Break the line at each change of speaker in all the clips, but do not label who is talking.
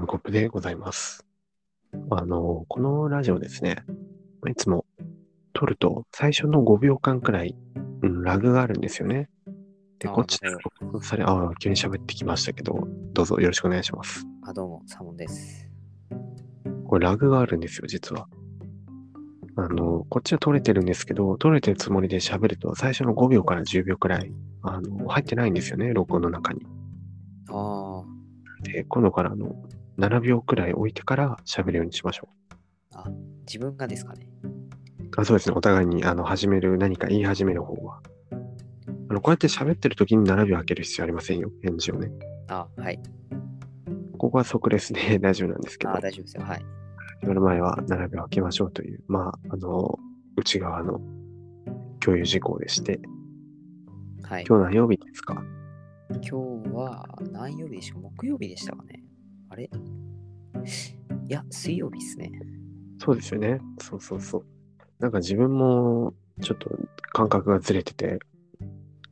ムコップでございます。あの、このラジオですね、いつも撮ると最初の5秒間くらい、うん、ラグがあるんですよね。で、
あ
こっち
なる
それ、ああ、急に喋ってきましたけど、どうぞよろしくお願いします。
あ、どうも、サモンです。
これラグがあるんですよ、実は。あの、こっちは撮れてるんですけど、撮れてるつもりで喋ると、最初の5秒から10秒くらい、あの、入ってないんですよね、録音の中に。
あ
で、今度からあの、7秒くらい置いてから喋るようにしましょ
あ、あ、自分がですかね。
う。あそうですね、お互いに、あの、始める、何か言い始める方は。あの、こうやって喋ってる時に7秒空ける必要ありませんよ、返事をね。
あ、はい。
ここは即レスで 大丈夫なんですけど
あ、、大丈夫ですよ。はい。
やる前は7秒空けましょうという、まあ、あの、内側の共有事項でして、
はい。
今
今
日何曜日ですか
日は何曜日でしたか木曜日でしたかねあれいや、水曜日ですね。
そうですよね。そうそうそう。なんか自分もちょっと感覚がずれてて、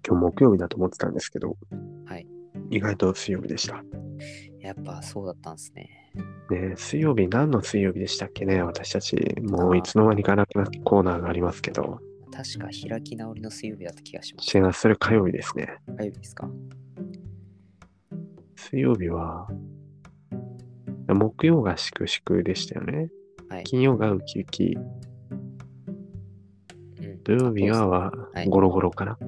今日木曜日だと思ってたんですけど、
はい
意外と水曜日でした。
やっぱそうだったんですね。
ね水曜日、何の水曜日でしたっけね私たち、も
あ
う
ー
いつの間にかなくなったコーナーがありますけど、
確か開き直りの水曜日だった気がします。
違う、それ火曜日ですね。
火曜日ですか
水曜日は、木曜がしくしくでしたよね。
はい
金曜がウキウキ、
うん。
土曜日が
あ
は
はい
ゴロゴロかな、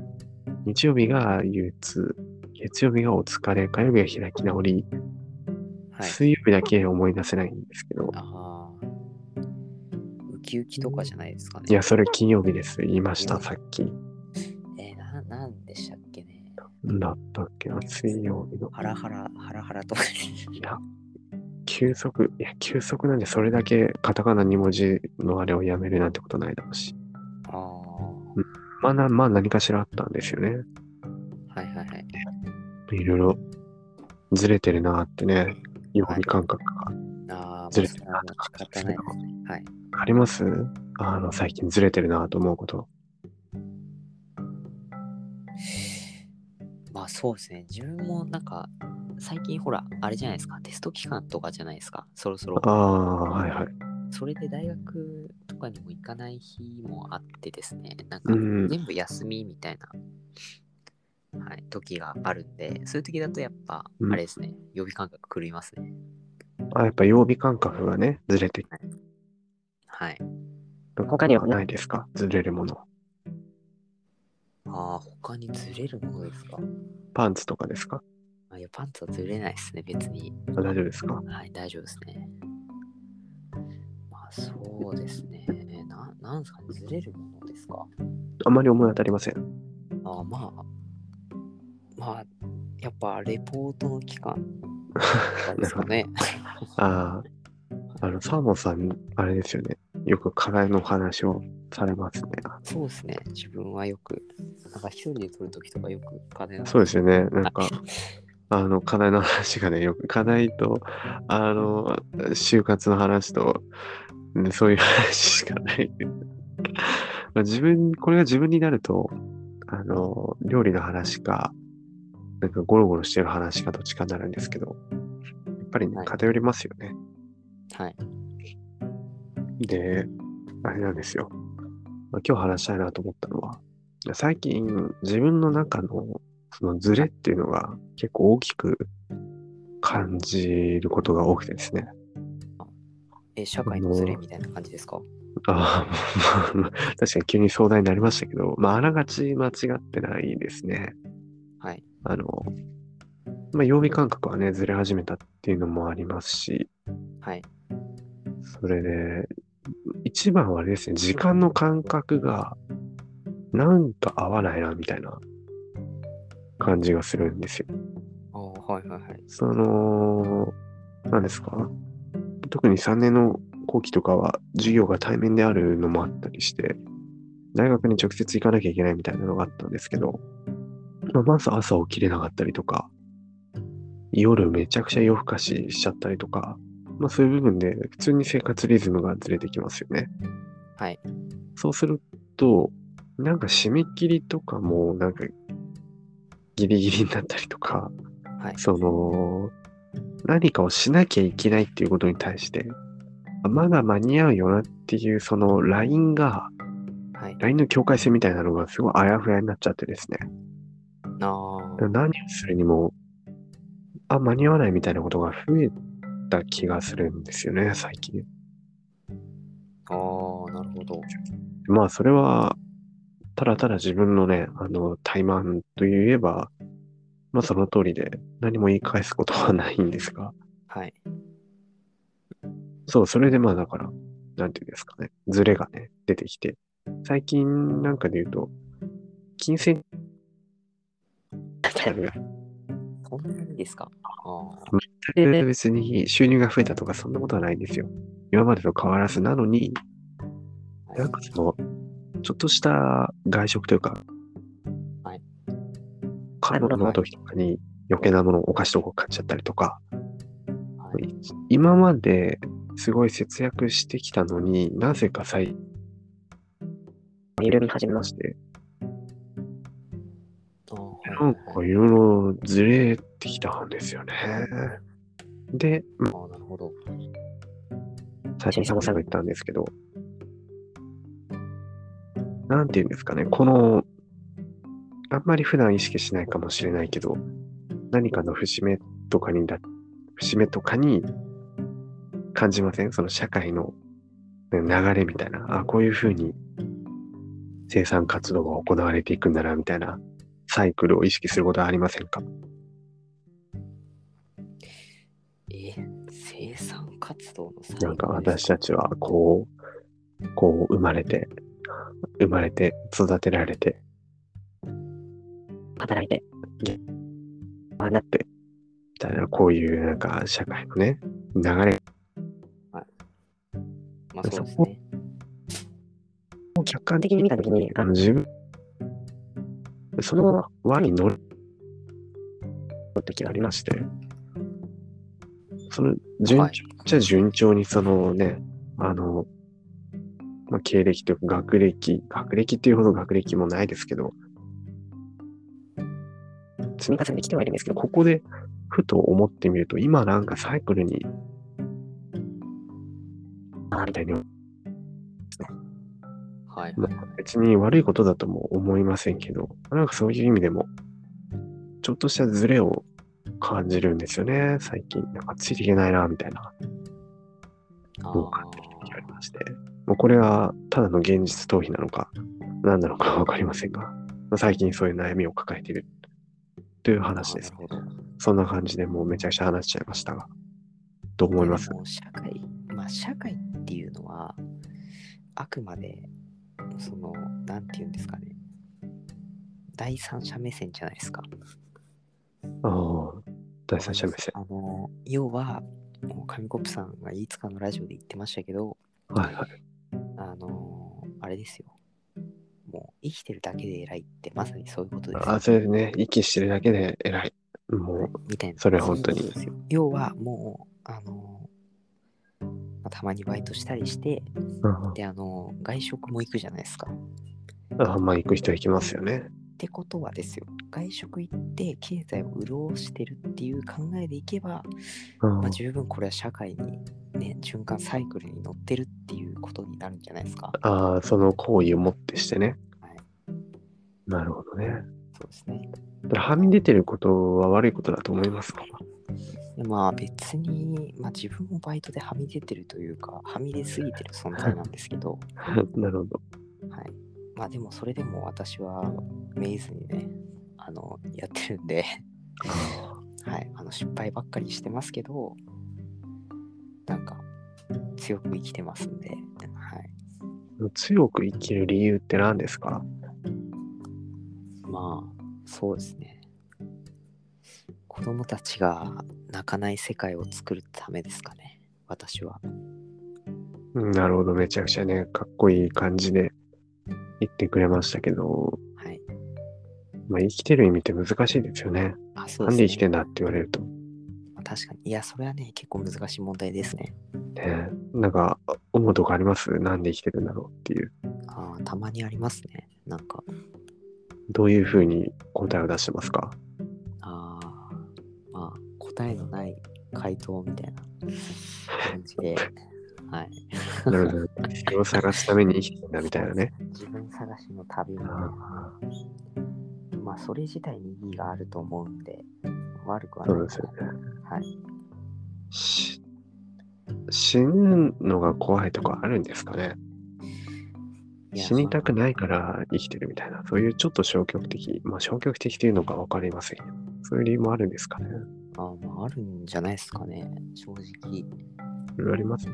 日曜日が憂鬱、月曜日がお疲れ、火曜日が開き直り、
そうです
水曜日だけ思い出せないんですけど、
はい。ああ。ウキウキとかじゃないですかね。
いや、それ金曜日です。言いました、さっき。
えーな、なんでしたっけね。
なんだったっけな、水曜日の。
ハラハラ、ハラハラとか。
いや、休息、いや、休息なんで、それだけカタカナ2文字のあれをやめるなんてことないだろうし。
ああ。
まあ、なまあ、何かしらあったんですよね。
はいはいはい。
いろいろずれてるなーってね、曜日感覚が。
ああ、
ずれ
ずれ
て
て
る
る
なと
なと
か
か。仕方ないですね。はい。
ありますあの、最近ずれてるなーと思うこと。
まあそうですね。自分もなんか、最近ほら、あれじゃないですか。テスト期間とかじゃないですか。そろそろ
あ。あ、はいはい。
それで大学とかにも行かない日もあってですね。なんか
う、ん。
全部休みみたいな、はい、時があるんで、そういう時だとやっぱ
う、ん
あれですね。予備感覚狂いますね。
あやっぱ曜日感覚がね、ずれてる
はい。
他にはないですかずれるもの。
ああ、他にずれるものですか。
パンツとかですか
あいや、パンツはずれないですね。別に。
あ大丈夫ですか
はい、大丈夫ですね。まあ、そうですね。ななんですかね、ずれるものですか
あまり思い当たりません。
あまあ、まあ、やっぱ、レポートの期間ですか ね。
ああ、あの、サーモンさん、あれですよね。よく課題のお話をされますね。
そうですね。自分はよく、なんか一人で撮るときとかよく金
そうです
ね。
よね。なんか、あの、課題の話がね、よく課題と、あの、就活の話と、ね、そういう話しかない。 まあ自分、これが自分になると、あの、料理の話か、なんかゴロゴロしてる話かどっちかになるんですけど、やっぱりね
は、い
偏りますよね。
はい。
で、あれなんですよ。まあ今日話したいなと思ったのは、最近自分の中のそのズレっていうのが結構大きく感じることが多くてですね。
え、社会のずれみたいな感じですか
ああ、まあまあ確かに急に壮大になりましたけど、まあ、あながち間違ってないですね。
はい。
あの、まあ、曜日感覚はね、ずれ始めたっていうのもありますし、
はい。
それで、一番はあれですね、時間の感覚が、なんか合わないな、みたいな感じがするんですよ。
ああ、はいはいはい。
その、何ですか特に3年の後期とかは、授業が対面であるのもあったりして、大学に直接行かなきゃいけないみたいなのがあったんですけど、まあまず朝起きれなかったりとか、夜めちゃくちゃ夜更かししちゃったりとか、まあそういう部分で普通に生活リズムがずれてきますよね。
はい。
そうすると、なんか締め切りとかも、なんか、ギリギリになったりとか、
はい
その、何かをしなきゃいけないっていうことに対して、あまだ間に合うよなっていうそのラインが、
はい。
ラインの境界線みたいなのがすごいあやふやになっちゃってですね。
ああ。
何をするにも、あ、間に合わないみたいなことが増えた気がするんですよね、最近。
ああ、なるほど。
まあ、それは、ただただ自分のね、あの、怠慢といえば、まあ、その通りで、何も言い返すことはないんですが、
はい。
そう、それでまあ、だから、なんていうんですかね、ズレがね、出てきて、最近なんかで言うと、金銭、
そんなにですかああ。
別に収入が増えたとか、そんなことはないんですよ。今までと変わらずなのに、
はい
なんかその、ちょっとした外食というか、
はい。
買い物の時とかに余計なものをお菓子とか買っちゃったりとか、
はい
今まですごい節約してきたのになぜか最近いろいろ始めまして、
あーはい
なんかいろいろずれてきたんですよね。で、まあ
ああ、なるほど。
最初に佐野さんが言ったんですけど、なんていうんですかね、この、あんまり普段意識しないかもしれないけど、何かの節目とかにだ、節目とかに感じませんその社会のね流れみたいな、あ、こういうふうに生産活動が行われていくんだな、みたいなサイクルを意識することはありませんか
え、生産活動の最後
なんか
です
私たちはこう、こう生まれて、生まれて育てられて、働いて、げ学んだって、みたいな、こういうなんか社会のね、流れ
まあそうですね。
を客観的に見たときに、あの自分、その輪に乗る時がありまして、その順
はい。
じゃあ順調にそのね、あの、まあ、経歴というか学歴、学歴っていうほど学歴もないですけど、積み重ねてきてはいるんですけど、ここでふと思ってみると、今なんかサイクルに、あみたいに、
はい。
まあ別に悪いことだとも思いませんけど、なんかそういう意味でも、ちょっとしたズレを感じるんですよね、最近。なんかついていけないな、みたいな。
あ
を感じる時がありまして、もうこれはただの現実逃避なのか、何なのか分かりませんが、まあ最近そういう悩みを抱えているという
あ
話
ー
で
な
す
る。ほど。
そんな感じでもうめちゃくちゃ話しちゃいましたが、どう思います
でも社会、まあ、社会っていうのは、あくまで、その、なんていうんですかね、第三者目線じゃないですか。
ああ、第三者目線。
あの、要は、もう紙コップさんがいつかのラジオで言ってましたけど、
はいはい。
あの、あれですよ。もう、生きてるだけで偉いって、まさにそういうことですよ。
あそれでね、息してるだけで偉い。も
みたいな。
それは本当に
そういうことですよ要は、もう、あの、まあたまにバイトしたりして、
う、あ
で、あの、外食も行くじゃないですか。
あまあ行く人は行きますよね。
ってことはですよ外食行って経済を潤してるっていう考えでいけば、
うん
まあ、十分これは社会にね循環サイクルに乗ってるっていうことになるんじゃないですか
ああ、その行為をもってしてね。
はい
なるほどね。
そうですね
ただはみ出てることは悪いことだと思いますか
でまあ別に、まあ、自分もバイトではみ出てるというかはみ出すぎてる存在なんですけど、
なるほど。
はい、まあでもそれでも私はめいずにねあのやってるん ではい、あの失敗ばっかりしてますけど、なんか強く生きてますんで、はい。
強く生きる理由って何ですか
まあ、そうですね。子供たちが泣かない世界を作るためですかね、私は。
うんなるほど、めちゃくちゃね、かっこいい感じで言ってくれましたけど、
はい。
まあ、生きてる意味って難しいですよね。
あ、そう
なん
ですね。
で生きてんだって言われると、
まあ確かに。いや、それはね、結構難しい問題ですね。
ね、なんか思うとこありますなんで生きてるんだろうっていう。
あーたまにありますね。なんか、
どういうふうに答えを出してますか
あーまあ、答えのない回答みたいな感じで、はい、
なるほど。人を探すために生きてんだみたいなね。
自分探しの旅も、まあ、それ自体に意義があると思うんで、悪くは
そ
な
う
い
ですよね。
はい。
し死ぬのが怖いとかあるんですかね
いや
死にたくないから生きてるみたいな、そういうちょっと消極的、まあ消極的というのか分かりませんけど、そういう理由もあるんですかね。
まあ、まあ、あるんじゃないですかね、正直。
ありますね。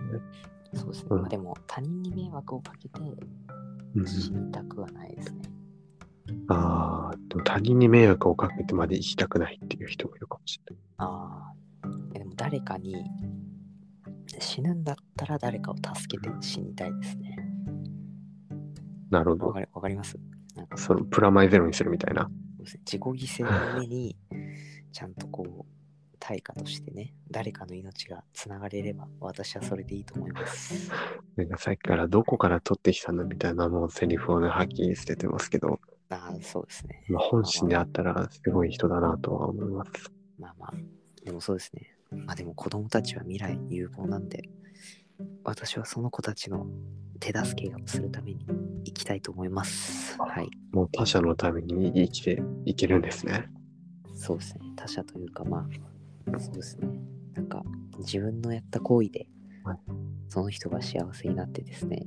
そうですね。
うん
まあ、でも、他人に迷惑をかけて
うん、
死にたくはないですね。
ああ、でも他人に迷惑をかけてまで生きたくないっていう人もいるかもしれ
ああ。でも、誰かに、死ぬんだったら誰かを助けて死にたいです
な
ね。
い。なる
わ
ほど。
かりわかりますなんか
そのプラマイゼロにするみたいな。
そうですね自己犠牲の上に、ちゃんとこう、対価としてね、誰かの命がつながれれば、私はそれでいいと思います。
なんかさっきからどこから取ってきたんだみたいなもうセリフをね、はっきり捨ててますけど、
ああ、そうですね。
まあ、本心であったらすごい人だなとは思います。
まあまあ、でもそうですね。まあでも子供たちは未来有望なんで、私はその子たちの手助けをするために行きたいと思います。はい。
もう他者のために生きていけるんですね。
そうですね。他者というかまあ、そうですね。なんか自分のやった行為で
はい、
その人が幸せになってですね。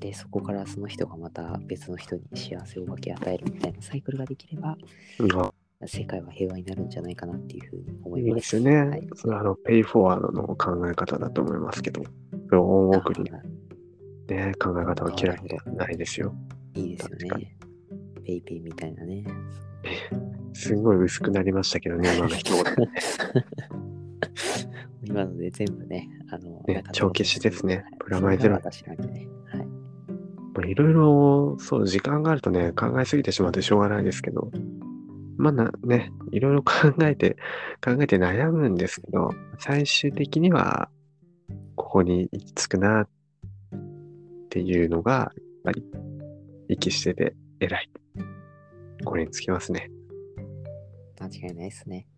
で、そこからその人がまた別の人に幸せを分け与えるみたいなサイクルができれば、
うんあ
世界は平和になるんじゃないかなっていうふうに思い
いい
ま。
ですすよね。
はい
それはあの、ペイフォワードの考え方だと思いますけど、それを大送り
あ
ね、考え方は嫌いじゃないですよ。
いいですよ
確か
ね。ペイペイみたいなね。
すごい薄くなりましたけど ね、今の一言。
今ので全部ね、あの、
ね
なんか
帳消しですね
はい
プラマイゼロ
それが私なんでね。は
ま
い。
あいろいろ、そう、時間があるとね、考えすぎてしまってしょうがないですけど、まあな、ね、いろいろ考えて、考えて悩むんですけど、最終的には、ここに行き着くな、っていうのが、やっぱり、息してて偉い。これにつきますね。
間違いないですね。